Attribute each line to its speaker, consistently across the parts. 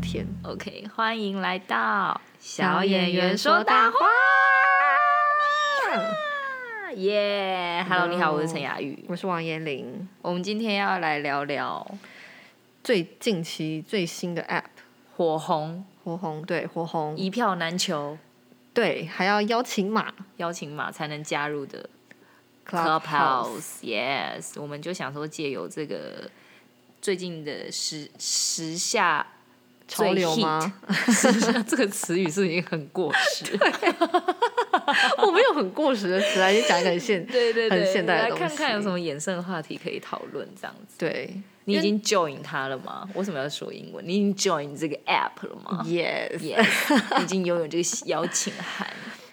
Speaker 1: 片。
Speaker 2: OK，欢迎来到
Speaker 1: 小演员说大
Speaker 2: 话。耶、h e l l o 你好，我是陈雅玉。
Speaker 1: 我是王彦霖，
Speaker 2: 我们今天要来聊聊
Speaker 1: 最近期最新的 App
Speaker 2: 火红
Speaker 1: 火红，对火红，
Speaker 2: 一票难求，
Speaker 1: 对，还要邀请码
Speaker 2: 邀请码才能加入的
Speaker 1: Clubhouse
Speaker 2: Clubhouse，Yes，我们就想说借由这个最近的时时下
Speaker 1: 潮流吗？
Speaker 2: 时下这个词语是不是已经很过时？
Speaker 1: 我没有很过时的词来讲一个很现
Speaker 2: 对对对，
Speaker 1: 很现代的
Speaker 2: 来
Speaker 1: 东西
Speaker 2: 看看有什么衍生话题可以讨论这样子。
Speaker 1: 对
Speaker 2: 你已经 join 它了吗？为什么要说英文？你已经 join 这个 app 了 吗？
Speaker 1: ，yes，
Speaker 2: Yes，你已经拥有这个邀请函。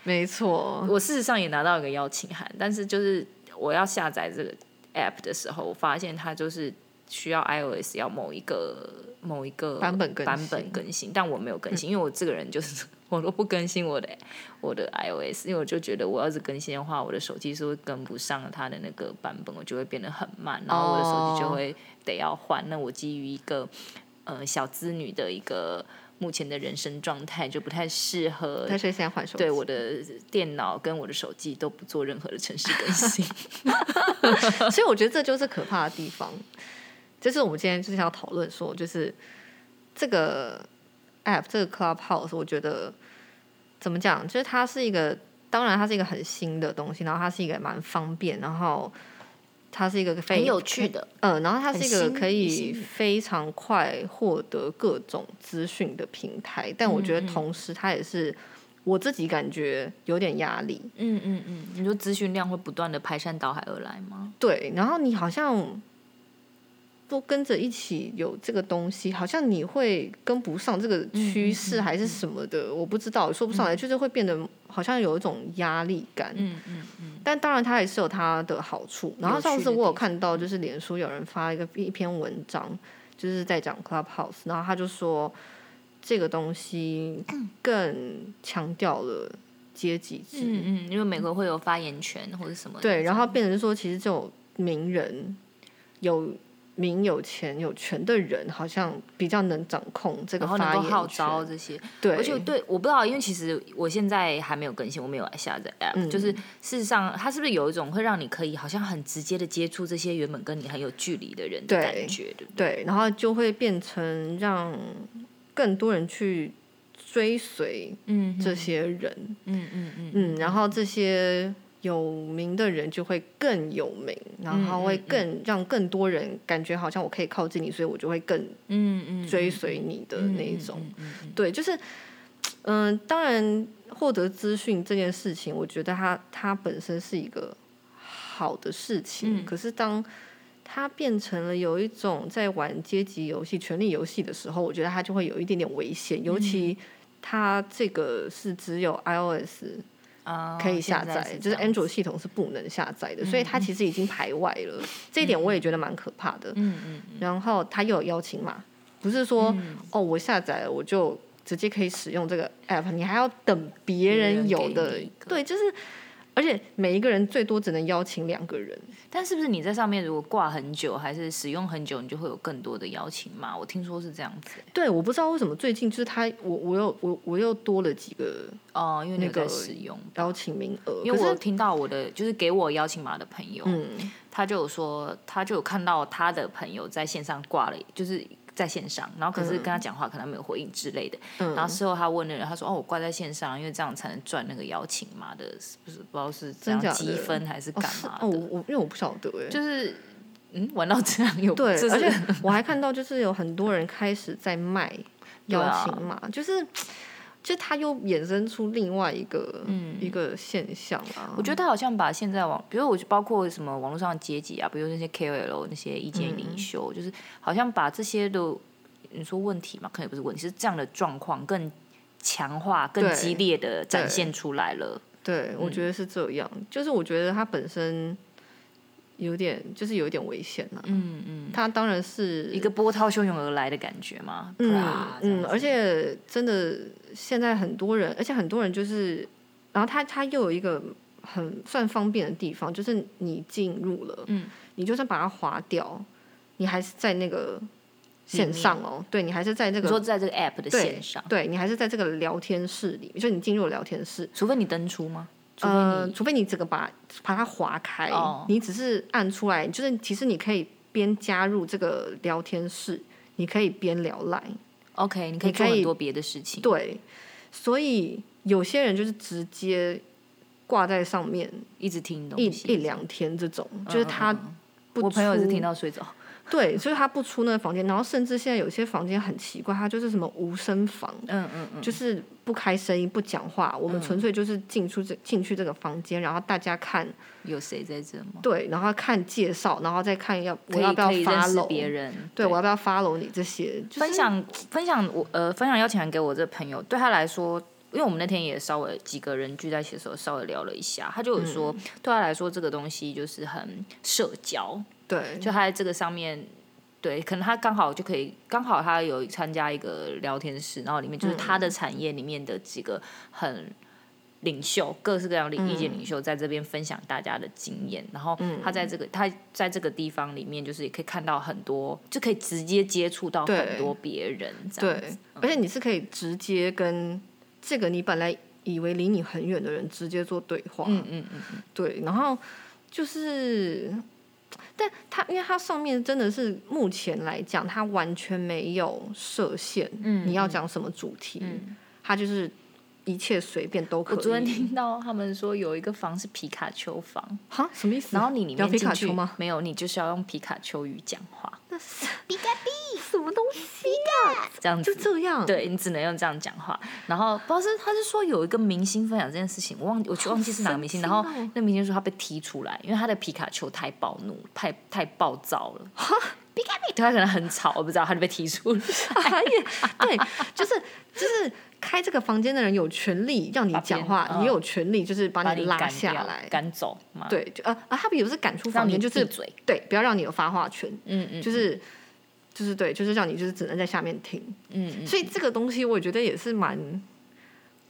Speaker 1: 没错，
Speaker 2: 我事实上也拿到一个邀请函，但是就是我要下载这个 app 的时候，我发现它就是需要 iOS 要某一个某一个
Speaker 1: 版本更新嗯
Speaker 2: 版本更新，但我没有更新，因为我这个人就是我都不更新我的我的 iOS，因为我就觉得我要是更新的话，我的手机是会跟不上它的那个版本，我就会变得很慢，然后我的手
Speaker 1: 哦
Speaker 2: 机就会得要换。那我基于一个呃小资女的一个目前的人生状态，就不太适合
Speaker 1: 但是现在换手机，
Speaker 2: 对我的电脑跟我的手机都不做任何的城市更 新。
Speaker 1: 所以我觉得这就是可怕的地方，就是我们今天就是要讨论说，就是这个 app 这个 Clubhouse，我觉得怎么讲，就是它是一个，当然它是一个很新的东西，然后它是一个蛮方便，然后它是一个非
Speaker 2: 很有趣的，
Speaker 1: 呃，然后它是一
Speaker 2: 很
Speaker 1: 个
Speaker 2: 新
Speaker 1: 可
Speaker 2: 很
Speaker 1: 以
Speaker 2: 新
Speaker 1: 非常快获得各种资讯的平台，但
Speaker 2: 嗯
Speaker 1: 我觉得同时它也是我自己感觉有点压力，
Speaker 2: 嗯嗯嗯， 你说资讯量会不断的排山倒海而来吗？
Speaker 1: 对，然后你好像都跟着一起有这个东西，好像你会跟不上这
Speaker 2: 嗯
Speaker 1: 个趋势还是什么的，我不知道，说不上来，就是会变得好像有一种压力感。
Speaker 2: 嗯嗯嗯，
Speaker 1: 但当然，它也是有它的好处。然后
Speaker 2: 有趣
Speaker 1: 上次
Speaker 2: 的
Speaker 1: 我
Speaker 2: 地嗯
Speaker 1: 有看到，就是脸书有人发一个一篇文章，就是在讲 Clubhouse，然后他就说这个 东西更强调了阶级制
Speaker 2: 嗯嗯，因为每个会有发言权或者什么的。
Speaker 1: 对，然后变成是说，其实这种名人、有名、有钱、有权的人，好像比较能掌控这个
Speaker 2: 然后
Speaker 1: 发
Speaker 2: 能够
Speaker 1: 言
Speaker 2: 号召
Speaker 1: 权。
Speaker 2: 这些，
Speaker 1: 对，
Speaker 2: 而且我对我不知道，因为其实我现在还没有更新，我没有来下载 app，、
Speaker 1: 嗯
Speaker 2: 就是事实上它是不是有一种会让你可以好像很直接的接触这些原本跟你很有距离的人的
Speaker 1: 对
Speaker 2: 感觉，对不对？
Speaker 1: 对，然后就会变成让更多人去追随
Speaker 2: 嗯
Speaker 1: 这些人，
Speaker 2: 嗯嗯嗯
Speaker 1: 嗯，然后这些有名的人就会更有名，然后会
Speaker 2: 嗯嗯嗯
Speaker 1: 更让更多人感觉好像我可以靠近你，所以我就会更
Speaker 2: 嗯嗯，
Speaker 1: 追随你的那一种。
Speaker 2: 嗯，嗯嗯
Speaker 1: 对，就是，嗯、当然获得资讯这件事情，我觉得它它本身是一个好的事情，
Speaker 2: 嗯
Speaker 1: 可是当它变成了有一种在玩阶级游戏、权力游戏的时候，我觉得它就会有一点点危险，尤其它这个是只有 iOS
Speaker 2: 啊
Speaker 1: 可以下载，就是
Speaker 2: n
Speaker 1: Android 系统是不能下载的，所以它其实已经排外了，这一点我也觉得蛮可怕的。
Speaker 2: 嗯嗯嗯，
Speaker 1: 然后它又有邀请码，不是说、哦我下载了我就直接可以使用这个 app，你还要等别人有
Speaker 2: 别人
Speaker 1: 的
Speaker 2: 给你一，个
Speaker 1: 对，就是而且每一个人最多只能邀请两个人，
Speaker 2: 但是不是你在上面如果挂很久，还是使用很久，你就会有更多的邀请码？我听说是这样子
Speaker 1: 对，我不知道为什么最近就是他我我又我我又多了几个
Speaker 2: 哦，因为你有
Speaker 1: 那
Speaker 2: 在
Speaker 1: 个
Speaker 2: 使用。
Speaker 1: 邀请名额，
Speaker 2: 因为
Speaker 1: 可是
Speaker 2: 我听到我的就是给我邀请码的朋友，
Speaker 1: 嗯
Speaker 2: 他就有说，他就有看到他的朋友在线上挂了，就是在线上，然后可是跟他讲话可能没有回应之类的。然后
Speaker 1: 嗯，
Speaker 2: 事后他问了人，他说：“哦，我挂在线上，因为这样才能赚那个邀请码的，是不是不知道是这
Speaker 1: 真假
Speaker 2: 样
Speaker 1: 的
Speaker 2: 积分还是
Speaker 1: 哦
Speaker 2: 干
Speaker 1: 是
Speaker 2: 嘛
Speaker 1: 哦
Speaker 2: 的？”
Speaker 1: 我我因为我不晓得哎，
Speaker 2: 就是嗯，玩到这样有
Speaker 1: 对
Speaker 2: 这，是
Speaker 1: 而且我还看到就是有很多人开始在卖
Speaker 2: 对
Speaker 1: 邀
Speaker 2: 啊
Speaker 1: 请码，就是就它又衍生出另外一个、一个现象啊。
Speaker 2: 嗯我觉得他好像把现在网，比如我包括什么网络上的阶级啊，比如那些 KOL 那些意
Speaker 1: 嗯
Speaker 2: 见领袖，就是好像把这些的你说问题嘛，可能也不是问题，是这样的状况更强化、更
Speaker 1: 对
Speaker 2: 激烈的展现出来了。
Speaker 1: 对，我
Speaker 2: 嗯
Speaker 1: 觉得是这样，就是我觉得它本身有点就是有点危险啊。
Speaker 2: 嗯嗯，
Speaker 1: 它当然是
Speaker 2: 一个波涛汹涌而来的感觉嘛。
Speaker 1: 嗯
Speaker 2: 啪这样
Speaker 1: 嗯，
Speaker 2: 子
Speaker 1: 而且真的现在很多人，而且很多人就是，然后他他又有一个很算方便的地方，就是你进入了，
Speaker 2: 嗯，
Speaker 1: 你就算把它划掉，你还是在那个线上哦，对你还是在这
Speaker 2: 你说
Speaker 1: 个
Speaker 2: 在这个 app 的
Speaker 1: 对
Speaker 2: 线上，
Speaker 1: 对你还是在这个聊天室里面，就你进入聊天室，
Speaker 2: 除非你登出吗？除非你、
Speaker 1: 呃，除非你整个把把它划开，
Speaker 2: 哦
Speaker 1: 你只是按出来，就是其实你可以边加入这个聊天室，你可以边聊 Line，
Speaker 2: OK，你可以
Speaker 1: 你可
Speaker 2: 做
Speaker 1: 以
Speaker 2: 很多别的事情。
Speaker 1: 对，所以有些人就是直接挂在上面
Speaker 2: 一直听东
Speaker 1: 一
Speaker 2: 西。
Speaker 1: 一两天这种，就是他不
Speaker 2: 嗯我朋友也是
Speaker 1: 出
Speaker 2: 听到睡着，
Speaker 1: 对，就是他不出那个房间，然后甚至现在有些房间很奇怪，它就是什么无声房，
Speaker 2: 嗯嗯嗯，
Speaker 1: 就是不开声音、不讲话，我们纯粹就是进出这进去这个房间，然后大家看
Speaker 2: 有谁在这吗？
Speaker 1: 对，然后看介绍，然后再看要我
Speaker 2: 可
Speaker 1: 要
Speaker 2: 以
Speaker 1: 不要
Speaker 2: 可以认
Speaker 1: 发
Speaker 2: 识
Speaker 1: 楼，
Speaker 2: 别人，
Speaker 1: 对我要不要发楼你这些，就是、
Speaker 2: 分享分享我呃分享邀请函给我这朋友，对他来说，因为我们那天也稍微几个人聚在一起的时候稍微聊了一下，他就有说，
Speaker 1: 嗯
Speaker 2: 对他来说这个东西就是很社交，
Speaker 1: 对
Speaker 2: 就他在这个上面。对，可能他刚好就可以，刚好他有参加一个聊天室，然后里面就是他
Speaker 1: 嗯
Speaker 2: 的产业里面的几个很领袖，各式各样的意
Speaker 1: 嗯
Speaker 2: 见领袖在这边分享大家的经验，然后他在
Speaker 1: 嗯
Speaker 2: 这个他在这个地方里面，就是也可以看到很多，就可以直接接触到
Speaker 1: 对
Speaker 2: 很多别人，这样
Speaker 1: 对
Speaker 2: 子。，嗯
Speaker 1: 而且你是可以直接跟这个你本来以为离你很远的人直接做对话，
Speaker 2: 嗯嗯嗯嗯，
Speaker 1: 对，然后就是，但它因为它上面真的是目前来讲，它完全没有设限，
Speaker 2: 嗯
Speaker 1: 你要讲什么主题，
Speaker 2: 嗯
Speaker 1: 它就是一切随便都可以。
Speaker 2: 我昨天听到他们说有一个房是皮卡丘房，
Speaker 1: 哈什么意思？
Speaker 2: 然后你里
Speaker 1: 聊
Speaker 2: 面
Speaker 1: 皮
Speaker 2: 进
Speaker 1: 卡
Speaker 2: 去
Speaker 1: 丘吗？
Speaker 2: 没有，你就是要用皮卡丘语讲话，
Speaker 1: 那是比卡比什么东西啊？
Speaker 2: 这样子
Speaker 1: 就这样，
Speaker 2: 对你只能用这样讲话。然后不知道是他是说有一个明星分享这件事情，我忘记我去忘记是哪个明星。
Speaker 1: 好
Speaker 2: 然
Speaker 1: 伤
Speaker 2: 后
Speaker 1: 心哦
Speaker 2: 那明星说他被踢出来，因为他的皮卡丘太暴怒、太太暴躁了。 皮卡皮，对他可能很吵，我不知道，他就被踢出来。
Speaker 1: 也 对，就是就是开这个房间的人有权利让你
Speaker 2: 把别
Speaker 1: 讲
Speaker 2: 人
Speaker 1: 话，
Speaker 2: 嗯
Speaker 1: 你有权利就是 把
Speaker 2: 把你
Speaker 1: 拉
Speaker 2: 赶
Speaker 1: 下
Speaker 2: 掉
Speaker 1: 来。
Speaker 2: 赶走嘛，，
Speaker 1: 对，就呃啊，他比如是赶出
Speaker 2: 让
Speaker 1: 房
Speaker 2: 你
Speaker 1: 间，就
Speaker 2: 闭
Speaker 1: 是
Speaker 2: 嘴。
Speaker 1: 对，不要让你有发话权，
Speaker 2: 嗯嗯，
Speaker 1: 就是就是对，就是让你就是只能在下面听。
Speaker 2: 嗯嗯，
Speaker 1: 所以这个东西我觉得也是蛮，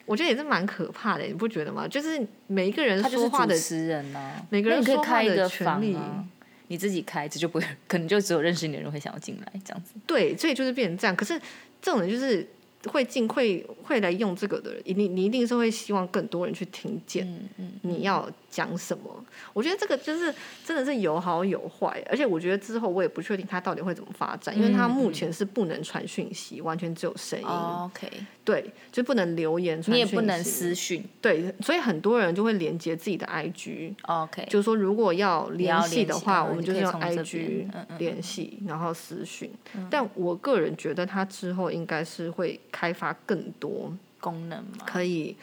Speaker 1: 我觉得也是蛮可怕的，你不觉得吗？就是每一个人
Speaker 2: 他就是
Speaker 1: 说话
Speaker 2: 主
Speaker 1: 的，
Speaker 2: 持人啊，
Speaker 1: 每个
Speaker 2: 那
Speaker 1: 人
Speaker 2: 你可
Speaker 1: 说
Speaker 2: 以
Speaker 1: 话
Speaker 2: 开一
Speaker 1: 的
Speaker 2: 个
Speaker 1: 权
Speaker 2: 房
Speaker 1: 利
Speaker 2: 啊。你自己开，这就不会，可能就只有认识你的人会想要进来这样子。
Speaker 1: 对，所以就是变成这样。可是这种人就是会进会会来用这个的人，一定你一定是会希望更多人去听见。
Speaker 2: 嗯嗯，
Speaker 1: 你要讲什么？我觉得这个就是真的是有好有坏，而且我觉得之后我也不确定它到底会怎么发展，因为它
Speaker 2: 嗯
Speaker 1: 目前是不能传讯息，完全只有声音，
Speaker 2: 哦 OK，
Speaker 1: 对，就不能留言传
Speaker 2: 你
Speaker 1: 讯
Speaker 2: 也
Speaker 1: 息，
Speaker 2: 不能私讯
Speaker 1: 对，所以很多人就会连接自己的 IG，
Speaker 2: ，OK，
Speaker 1: 就是说如果要联系的话，
Speaker 2: 你要联系的话
Speaker 1: 我们就是用
Speaker 2: 你可以从这边
Speaker 1: IG
Speaker 2: 嗯嗯
Speaker 1: 联系，然后私讯。但我个人觉得它之后应该是会开发更多
Speaker 2: 功能嘛。
Speaker 1: 可以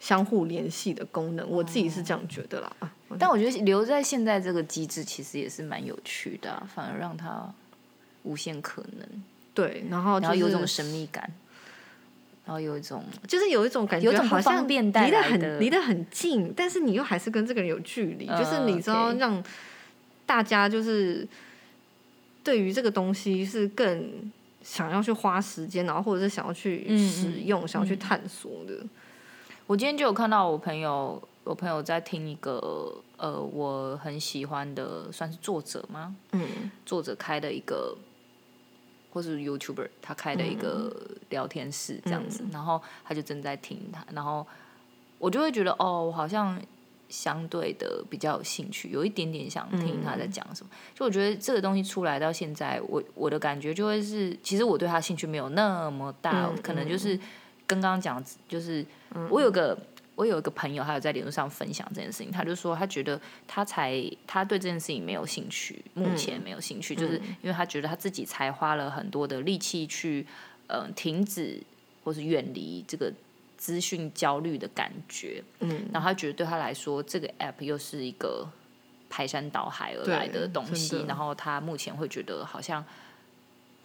Speaker 1: 相互联系的功能，我自己是这样觉得啦。啊
Speaker 2: 但我觉得留在现在这个机制其实也是蛮有趣的啊、反而让它无限可能，
Speaker 1: 对，然后
Speaker 2: 然后
Speaker 1: 就
Speaker 2: 有一种
Speaker 1: 是
Speaker 2: 神秘感，然后有一种
Speaker 1: 就是有一种感
Speaker 2: 有
Speaker 1: 觉，
Speaker 2: 种不
Speaker 1: 好像
Speaker 2: 方便
Speaker 1: 离
Speaker 2: 带
Speaker 1: 得
Speaker 2: 来的
Speaker 1: 很离得很近，但是你又还是跟这个人有距离，
Speaker 2: 嗯
Speaker 1: 就是你知道
Speaker 2: OK
Speaker 1: 让大家就是对于这个东西是更想要去花时间，然后或者是想要去
Speaker 2: 嗯嗯
Speaker 1: 使用、想要去探索的。
Speaker 2: 我今天就有看到我朋友，我朋友在听一个呃，我很喜欢的，算是作者吗？
Speaker 1: 嗯，
Speaker 2: 作者开的一个，或是 YouTuber 他开的一个聊天室这样子，然后他就正在听他，然后我就会觉得哦，我好像相对的比较有兴趣，有一点点想听他在讲什么。就我觉得这个东西出来到现在，我我的感觉就会是，其实我对他兴趣没有那么大，
Speaker 1: 嗯
Speaker 2: 可能就是刚刚讲，就是我有个。我有一个朋友，他有在脸书上分享这件事情，他就说他觉得他才他对这件事情没有兴趣，目
Speaker 1: 嗯
Speaker 2: 前没有兴趣，就是因为他觉得他自己才花了很多的力气去，嗯、停止或是远离这个资讯焦虑的感觉，嗯，然后他觉得对他来说，这个 app 又是一个排山倒海而来
Speaker 1: 对
Speaker 2: 的东西
Speaker 1: 真，的
Speaker 2: 然后他目前会觉得好像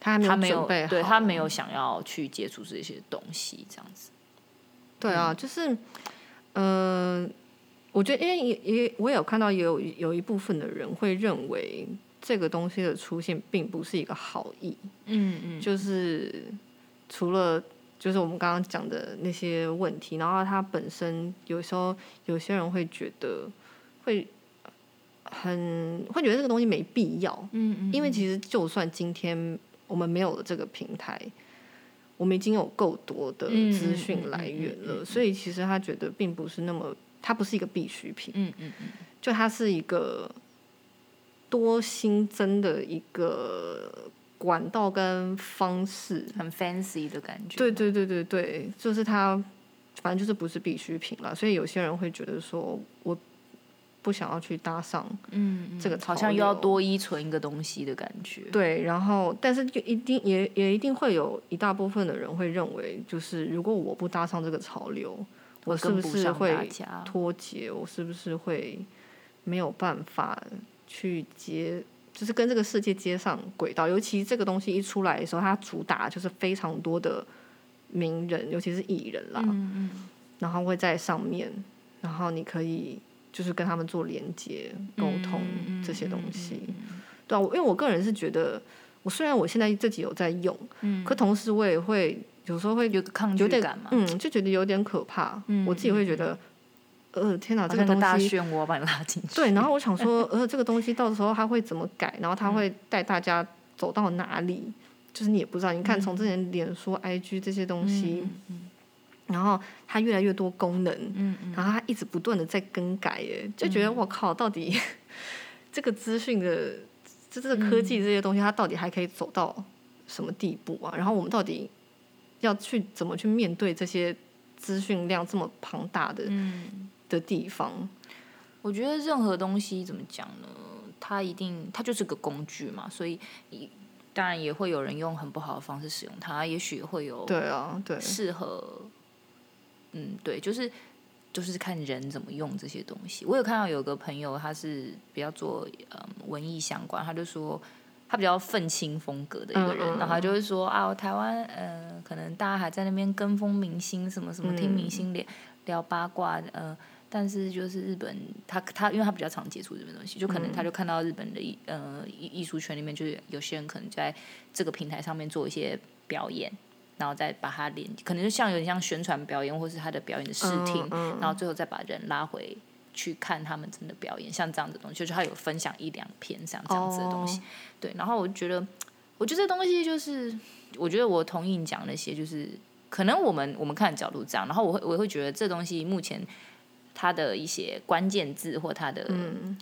Speaker 1: 他
Speaker 2: 他
Speaker 1: 还
Speaker 2: 没
Speaker 1: 没
Speaker 2: 有
Speaker 1: 准备好，
Speaker 2: 对他没有想要去接触这些东西，这样子，
Speaker 1: 对啊，
Speaker 2: 嗯
Speaker 1: 就是，呃，我觉得因为也也我也有看到也有有一部分的人会认为这个东西的出现并不是一个好意，
Speaker 2: 嗯嗯，
Speaker 1: 就是除了就是我们刚刚讲的那些问题，然后它本身有时候有些人会觉得会很会觉得这个东西没必要，
Speaker 2: 嗯嗯，
Speaker 1: 因为其实就算今天我们没有了这个平台，我们已经有够多的
Speaker 2: 嗯嗯
Speaker 1: 资
Speaker 2: 嗯
Speaker 1: 讯
Speaker 2: 嗯
Speaker 1: 来源
Speaker 2: 嗯
Speaker 1: 了，所以其实他觉得并不是那么，它不是一个必需品，
Speaker 2: 嗯嗯嗯，
Speaker 1: 就它是一个多新增的一个管道跟方式。
Speaker 2: 很 fancy 的感觉。
Speaker 1: 嗯对对对对对，就是它，反正就是不是必需品了，所以有些人会觉得说我不想要去搭上
Speaker 2: 嗯，嗯，
Speaker 1: 这个
Speaker 2: 好
Speaker 1: 潮
Speaker 2: 像又要
Speaker 1: 流
Speaker 2: 多依存一个东西的感觉。
Speaker 1: 对，然后但是就一定也也一定会有一大部分的人会认为，就是如果我不搭上这个潮流，我是
Speaker 2: 跟
Speaker 1: 不
Speaker 2: 不
Speaker 1: 是
Speaker 2: 上大
Speaker 1: 会
Speaker 2: 家？
Speaker 1: 脱节？我是不是会没有办法去接，就是跟这个世界接上轨道？尤其这个东西一出来的时候，它主打就是非常多的名人，尤其是艺人啦，
Speaker 2: 嗯嗯，
Speaker 1: 然后会在上面，然后你可以就是跟他们做连接、沟通
Speaker 2: 嗯
Speaker 1: 这些东西。。
Speaker 2: 嗯嗯嗯
Speaker 1: 对啊，我因为我个人是觉得，我虽然我现在自己有在用，
Speaker 2: 嗯
Speaker 1: 可同时我也会有时候会
Speaker 2: 有个抗
Speaker 1: 有
Speaker 2: 拒
Speaker 1: 点
Speaker 2: 感嘛，
Speaker 1: 嗯，就觉得有点可怕。
Speaker 2: 嗯
Speaker 1: 我自己会觉得，呃，天哪，
Speaker 2: 好
Speaker 1: 这
Speaker 2: 像个大
Speaker 1: 东西。
Speaker 2: 漩涡把你拉进去。
Speaker 1: 对，然后我想说，呃，这个东西到时候它会怎么改，然后
Speaker 2: 嗯
Speaker 1: 它会带大家走到哪里，就是你也不知道。你
Speaker 2: 嗯
Speaker 1: 看，从之前脸书、IG 这些东西，然后它越来越多功能，
Speaker 2: 嗯嗯，
Speaker 1: 然后它一直不断的在更改，耶，就觉得我靠，到底这个资讯的，这这个科
Speaker 2: 嗯
Speaker 1: 技这些东西，它到底还可以走到什么地步啊？然后我们到底要去怎么去面对这些资讯量这么庞大的
Speaker 2: 嗯，
Speaker 1: 的地方？
Speaker 2: 我觉得任何东西怎么讲呢？它一定，它就是个工具嘛，所以一当然也会有人用很不好的方式使用它，也许会有
Speaker 1: 对啊，对，
Speaker 2: 适合，嗯，对，就是就是看人怎么用这些东西。我有看到有个朋友，他是比较做嗯文艺相关，他就说他比较愤青风格的一个人，
Speaker 1: 嗯嗯嗯
Speaker 2: 然后他就会说啊，台湾呃，可能大家还在那边跟风明星什么什么，听明星
Speaker 1: 嗯
Speaker 2: 聊、聊八卦，呃。但是就是日本，他他因为他比较常接触日本东西，就可能
Speaker 1: 嗯
Speaker 2: 他就看到日本的艺呃艺艺术圈里面，就是有些人可能在这个平台上面做一些表演，然后再把它连，可能就像有点像宣传表演，或是他的表演的试听，
Speaker 1: 嗯嗯
Speaker 2: 然后最后再把人拉回去看他们真的表演，像这样子的东西，就是他有分享一两篇像这样子的东西，
Speaker 1: 哦
Speaker 2: 对，然后我就觉得，我觉得这东西就是，我觉得我同意你讲那些，就是可能我们我们看的角度这样，然后我会我会觉得这东西目前它的一些关键字或它的、
Speaker 1: 嗯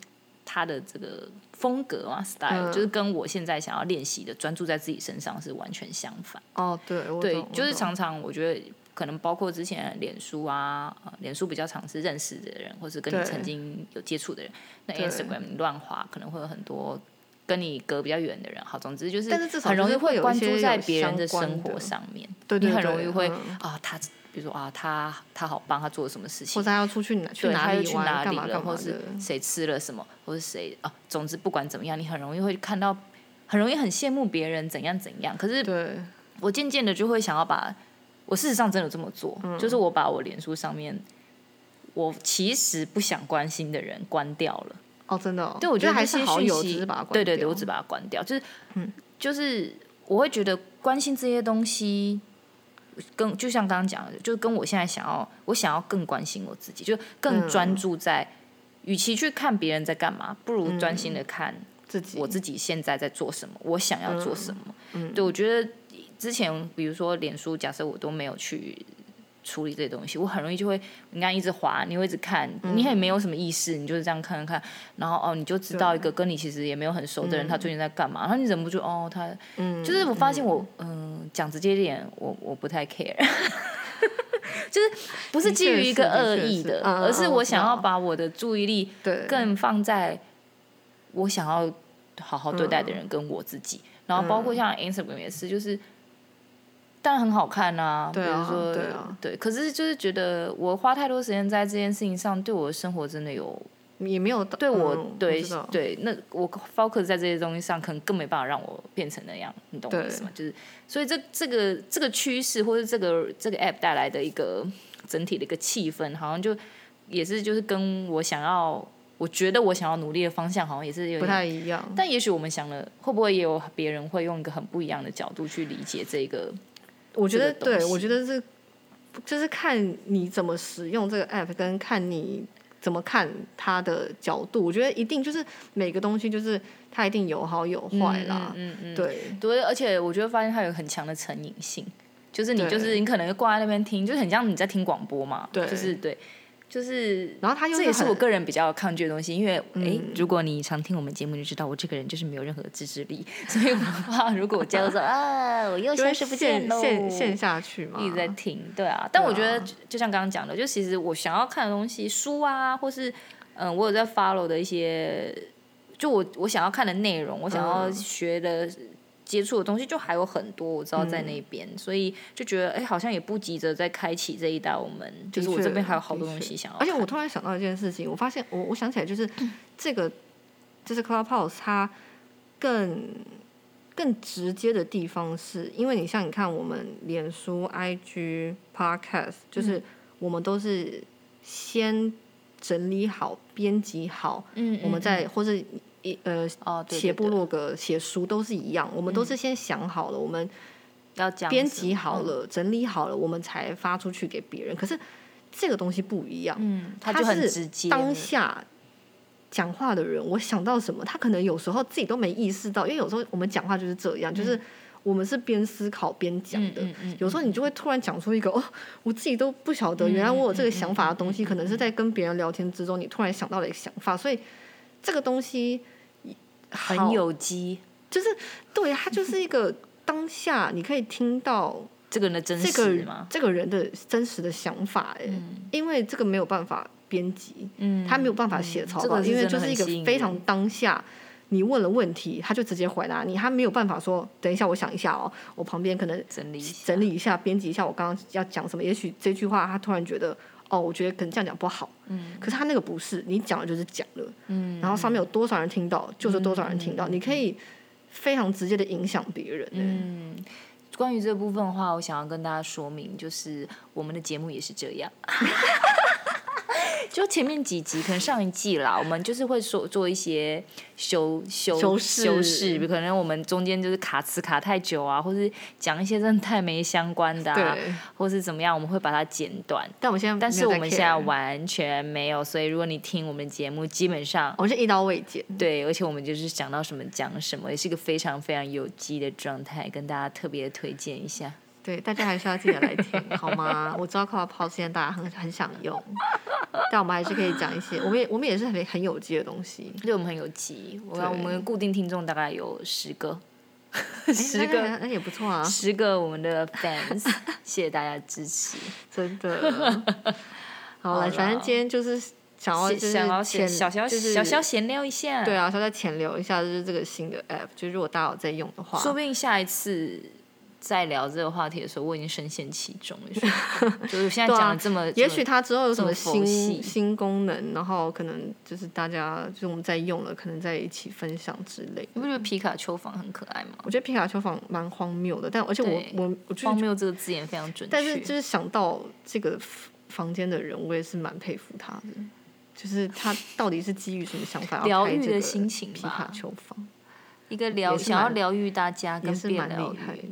Speaker 2: 他的这个风格啊，style，、
Speaker 1: 嗯
Speaker 2: 就是跟我现在想要练习的专注在自己身上是完全相反。
Speaker 1: 哦，对，我
Speaker 2: 对
Speaker 1: 懂，我
Speaker 2: 就是
Speaker 1: 懂
Speaker 2: 常常我觉得可能包括之前脸书啊，呃脸书比较常是认识的人，或是跟你
Speaker 1: 对
Speaker 2: 曾经有接触的人。那
Speaker 1: 对
Speaker 2: Instagram 你乱滑，可能会有很多跟你隔比较远的人。好，总之就是，
Speaker 1: 但是至少
Speaker 2: 很容易
Speaker 1: 就是会有一
Speaker 2: 关
Speaker 1: 些
Speaker 2: 注在
Speaker 1: 有
Speaker 2: 别人的
Speaker 1: 相关
Speaker 2: 生活
Speaker 1: 的
Speaker 2: 上面，
Speaker 1: 对对
Speaker 2: 你很
Speaker 1: 对
Speaker 2: 容易会、
Speaker 1: 嗯
Speaker 2: 啊，他比如说啊，他他好棒，他做了什么事情
Speaker 1: 或，者他要出去哪去
Speaker 2: 对，
Speaker 1: 哪
Speaker 2: 他又
Speaker 1: 里
Speaker 2: 去
Speaker 1: 玩，
Speaker 2: 哪
Speaker 1: 干
Speaker 2: 里
Speaker 1: 嘛
Speaker 2: 了，
Speaker 1: 干嘛
Speaker 2: 或
Speaker 1: 的
Speaker 2: 是，谁吃了什么，或是谁啊，总之不管怎么样，你很容易会看到，很容易很羡慕别人怎样怎样。可是
Speaker 1: 对，
Speaker 2: 我渐渐的就会想要把，我事实上真的有这么做，
Speaker 1: 嗯
Speaker 2: 就是我把我脸书上面我其实不想关心的人关掉了。
Speaker 1: 哦，真的哦，
Speaker 2: 对，我觉
Speaker 1: 觉
Speaker 2: 得
Speaker 1: 得
Speaker 2: 这
Speaker 1: 还是
Speaker 2: 些
Speaker 1: 好
Speaker 2: 讯
Speaker 1: 友，
Speaker 2: 息
Speaker 1: 只是把它关
Speaker 2: 对对对，
Speaker 1: 掉嗯
Speaker 2: 我只把它关掉，就是就是我会觉得关心这些东西。跟就像刚刚讲的，就跟我现在想要，我想要更关心我自己，就更
Speaker 1: 嗯
Speaker 2: 专注在，与其去看别人在干嘛，不如专心
Speaker 1: 嗯
Speaker 2: 的看
Speaker 1: 自己，
Speaker 2: 我自己现在在做什么，我想要做什么。
Speaker 1: 嗯
Speaker 2: 对，我觉得之前比如说脸书，假设我都没有去处理这些东西，我很容易就会你看一直滑，你会一直看，
Speaker 1: 嗯
Speaker 2: 你也没有什么意识，你就是这样看看看，然后哦，你就知道一个跟你其实也没有很熟的人，他最近在干嘛，然后你忍不住哦，他
Speaker 1: 嗯，
Speaker 2: 就是我发现我嗯、讲直接一点，我我不太 care。就是不是
Speaker 1: 的
Speaker 2: 基
Speaker 1: 确
Speaker 2: 于一个
Speaker 1: 是的
Speaker 2: 恶
Speaker 1: 确
Speaker 2: 意
Speaker 1: 是
Speaker 2: 的，
Speaker 1: 嗯嗯
Speaker 2: 而是
Speaker 1: 嗯
Speaker 2: 我
Speaker 1: 我知
Speaker 2: 想要
Speaker 1: 道
Speaker 2: 把我的注意力
Speaker 1: 对，
Speaker 2: 更放在我想要好好对待的人跟我自己，
Speaker 1: 嗯
Speaker 2: 然后包括像 Instagram 也是，就是当然很好看啊，
Speaker 1: 对啊
Speaker 2: 比如说
Speaker 1: 对啊
Speaker 2: 可是就是觉得我花太多时间在这件事情上，对我的生活真的有
Speaker 1: 也没有
Speaker 2: 对
Speaker 1: 对
Speaker 2: 我、
Speaker 1: 嗯我
Speaker 2: 对
Speaker 1: 知道
Speaker 2: 对，那我 focus 在这些东西上，可能更没办法让我变成那样，你懂我
Speaker 1: 对
Speaker 2: 意思吗？就是所以这这个这个趋势，或是这个这个 app 带来的一个整体的一个气氛，好像就也是就是跟我想要，我觉得我想要努力的方向，好像也是有
Speaker 1: 不
Speaker 2: 点。
Speaker 1: 太一样。
Speaker 2: 但也许我们想了，会不会也有别人会用一个很不一样的角度去理解这个？
Speaker 1: 我觉得
Speaker 2: 这个东
Speaker 1: 对，
Speaker 2: 西
Speaker 1: 我觉得是就是看你怎么使用这个 app，跟看你怎么看它的角度，我觉得一定就是每个东西就是它一定有好有坏啦。
Speaker 2: 嗯嗯，
Speaker 1: 对，
Speaker 2: 对，而且我觉得发现它有很强的成瘾性，就是你
Speaker 1: 对
Speaker 2: 就是你可能挂在那边听，就是很像你在听广播嘛，
Speaker 1: 对
Speaker 2: 就是对，就是。
Speaker 1: 然后它又
Speaker 2: 这也是
Speaker 1: 很
Speaker 2: 我个人比较抗拒的东西，因为哎、诶
Speaker 1: 嗯
Speaker 2: 如果你常听我们节目，就知道我这个人就是没有任何自制力， 所以我的话，如果我 叫做啊，我又
Speaker 1: 就会
Speaker 2: 消失不见
Speaker 1: 陷
Speaker 2: 喽，
Speaker 1: 陷陷下去嘛。
Speaker 2: 一直在听，对啊。但我觉得
Speaker 1: 对
Speaker 2: 就就像刚刚讲的，就其实我想要看的东西，书啊，或是嗯，我有在 follow 的一些，就我我想要看的内容，我想要
Speaker 1: 嗯
Speaker 2: 学的。接触的东西就还有很多，我知道在那
Speaker 1: 嗯
Speaker 2: 边，所以就觉得哎、好像也不急着再开启这一代。我们就是我
Speaker 1: 确
Speaker 2: 这边还有好
Speaker 1: 的
Speaker 2: 多东
Speaker 1: 确
Speaker 2: 西想要
Speaker 1: 而
Speaker 2: 看，嗯
Speaker 1: 且我突然想到一件事情，我发现我我想起来就是这个，就是 Clubhouse 它更更直接的地方是，因为你像你看我们脸书、IG、Podcast，就是
Speaker 2: 嗯
Speaker 1: 我们都是先整理好、编辑好，
Speaker 2: 嗯，
Speaker 1: 我们
Speaker 2: 嗯
Speaker 1: 再或是一呃
Speaker 2: 哦对
Speaker 1: 写
Speaker 2: 对嗯
Speaker 1: 部
Speaker 2: 对
Speaker 1: 落格、写书都是一样，我们都是先想好了，我们
Speaker 2: 要讲
Speaker 1: 编
Speaker 2: 什
Speaker 1: 辑
Speaker 2: 么
Speaker 1: 好，了、整理好了，我们才发出去给别人。可是这个东西不一样，
Speaker 2: 嗯，他
Speaker 1: 它
Speaker 2: 就很
Speaker 1: 是
Speaker 2: 直接
Speaker 1: 当
Speaker 2: 了
Speaker 1: 下讲话的人，我想到什么，他可能有时候自己都没意识到，因为有时候我们讲话就是这样，就是我们是边思考边讲的。
Speaker 2: 嗯嗯嗯嗯
Speaker 1: 有时候你就会突然讲出一个哦，我自己都不晓得，原来我有这个想法的东西，可能是在跟别人聊天之中，你突然想到了一个想法，所以这个东西好
Speaker 2: 很有机，
Speaker 1: 就是对，它就是一个当下你可以听到
Speaker 2: 这个人的真
Speaker 1: 这
Speaker 2: 实
Speaker 1: 个
Speaker 2: 吗？
Speaker 1: 这个人的真实的想法，哎、因为这个没有办法编辑，
Speaker 2: 嗯，
Speaker 1: 他没有办法写草
Speaker 2: 这
Speaker 1: 稿，
Speaker 2: 个是
Speaker 1: 因为
Speaker 2: 真的
Speaker 1: 就是
Speaker 2: 很
Speaker 1: 一个
Speaker 2: 吸引
Speaker 1: 非
Speaker 2: 人
Speaker 1: 常当下。你问了问题，他就直接回答你，他没有办法说等一下，我想一下哦，我旁边可能
Speaker 2: 整理一下
Speaker 1: 整理一下、编辑一下我刚刚要讲什么。也许这句话他突然觉得，哦，我觉得可能这样讲不好，
Speaker 2: 嗯
Speaker 1: 可是他那个不是，你讲了就是讲了，
Speaker 2: 嗯，
Speaker 1: 然后上面有多少人听到，就是多少人听到，你可以非常直接的影响别人、嗯，
Speaker 2: 嗯，关于这部分的话，我想要跟大家说明，就是我们的节目也是这样。 就前面几集，可能上一季啦，我们就是会说做一些修修
Speaker 1: 修饰
Speaker 2: 修饰，可能我们中间就是卡词卡太久啊，或是讲一些真的太没相关的、啊，
Speaker 1: 对。
Speaker 2: 或是怎么样，我们会把它剪短。
Speaker 1: 但我现在没有在
Speaker 2: 但
Speaker 1: care，
Speaker 2: 是我们现在完全没有，所以如果你听我们的节目，基本上
Speaker 1: 我们是一刀未剪，
Speaker 2: 对，而且我们就是想到什么讲什么，也是一个非常非常有机的状态，跟大家特别推荐一下。
Speaker 1: 对大家还是要记得来听好吗？我知道 Clubhouse 现在大家很很想用，但我们还是可以讲一些，我们也我们也是很很有机的东西。
Speaker 2: 对我们很有机，我
Speaker 1: 对
Speaker 2: 我们固定听众大概有十个，
Speaker 1: 诶
Speaker 2: 十
Speaker 1: 哎那
Speaker 2: 个
Speaker 1: 那那也不错啊，
Speaker 2: 十个我们的 fans，谢谢 大家支持。
Speaker 1: 真的。好了，
Speaker 2: 啦
Speaker 1: 反正今天就是想要哦就是
Speaker 2: 想要
Speaker 1: 浅
Speaker 2: 闲小小
Speaker 1: 就是
Speaker 2: 小小闲聊一下，
Speaker 1: 对，啊，稍微浅聊一下，就是这个新的 app，就是如果大家有在用的话，
Speaker 2: 说不定下一次。再聊这个话题的时候，我已经深陷其中 了。就是现在
Speaker 1: 对啊
Speaker 2: 讲的这么，
Speaker 1: 也许它之后有什么
Speaker 2: 这么佛系
Speaker 1: 新新功能，然后可能就是大家就是我们在用了，可能在一起分享之类
Speaker 2: 你
Speaker 1: 的。
Speaker 2: 不觉得皮卡丘房很可爱吗？
Speaker 1: 我觉得皮卡丘房蛮荒谬的，但而且我
Speaker 2: 对
Speaker 1: 我我就是
Speaker 2: 荒谬这个字眼非常准确。
Speaker 1: 但是就是想到这个房间的人，我也是蛮佩服他的，就是他到底是基于什么想法要
Speaker 2: 疗
Speaker 1: 开
Speaker 2: 愈
Speaker 1: 这
Speaker 2: 的
Speaker 1: 个
Speaker 2: 心情
Speaker 1: 皮
Speaker 2: 吧
Speaker 1: 卡丘房
Speaker 2: 一个疗
Speaker 1: 也是
Speaker 2: 想要
Speaker 1: 蛮
Speaker 2: 疗愈大家
Speaker 1: 也
Speaker 2: 跟
Speaker 1: 是
Speaker 2: 被
Speaker 1: 蛮
Speaker 2: 疗
Speaker 1: 厉
Speaker 2: 愈
Speaker 1: 害的，，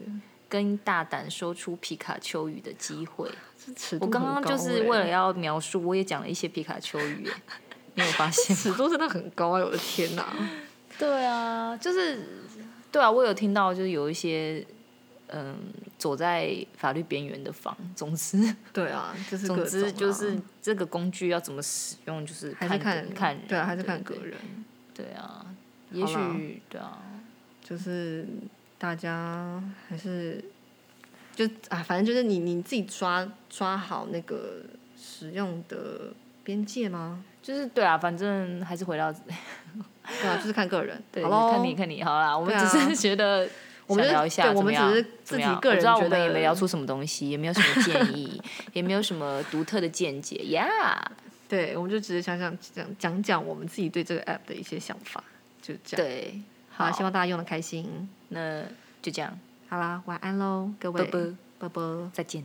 Speaker 2: 跟大胆说出皮卡丘语的机会。
Speaker 1: 这尺度
Speaker 2: 我刚刚
Speaker 1: 很高
Speaker 2: 就是
Speaker 1: 欸
Speaker 2: 为了要描述，我也讲了一些皮卡丘语耶，你有发现吗？
Speaker 1: 尺度真的很高哎、我的天哪、
Speaker 2: 对啊，就是对啊，我有听到就是有一些嗯走在法律边缘的房，总之
Speaker 1: 对啊，就是各
Speaker 2: 总
Speaker 1: 种
Speaker 2: 之
Speaker 1: 啊
Speaker 2: 就是这个工具要怎么使用，就是
Speaker 1: 还是
Speaker 2: 看
Speaker 1: 看
Speaker 2: 个看人
Speaker 1: 对啊，还是看个
Speaker 2: 对
Speaker 1: 人，
Speaker 2: 对啊，也
Speaker 1: 好啦
Speaker 2: 许对啊。
Speaker 1: 就是大家还是就啊，反正就是你你自己抓抓好那个使用的边界吗？
Speaker 2: 就是对啊，反正还是回到
Speaker 1: 对啊，就是看个人。
Speaker 2: 对，
Speaker 1: 好咯
Speaker 2: 看你看你好啦，我们
Speaker 1: 对
Speaker 2: 只
Speaker 1: 啊
Speaker 2: 是 觉得。
Speaker 1: 我们
Speaker 2: 想
Speaker 1: 就
Speaker 2: 聊一下
Speaker 1: 对
Speaker 2: 怎
Speaker 1: 我们
Speaker 2: 么样
Speaker 1: 只是
Speaker 2: 怎么
Speaker 1: 自己
Speaker 2: 样
Speaker 1: 个人
Speaker 2: 我知道
Speaker 1: 觉
Speaker 2: 我们也
Speaker 1: 得
Speaker 2: 没聊出什么东西，也没有什么建议，也没有什么独特的见解，Yeah，
Speaker 1: 对，我们就只是想想讲讲讲我们自己对这个 app 的一些想法，就这样。
Speaker 2: 对，
Speaker 1: 好啦，希
Speaker 2: 望
Speaker 1: 望大家用的开心。
Speaker 2: 那就这样，
Speaker 1: 好啦，晚安喽，各
Speaker 2: 啵
Speaker 1: 位，
Speaker 2: 啵，
Speaker 1: 拜拜。
Speaker 2: 再见。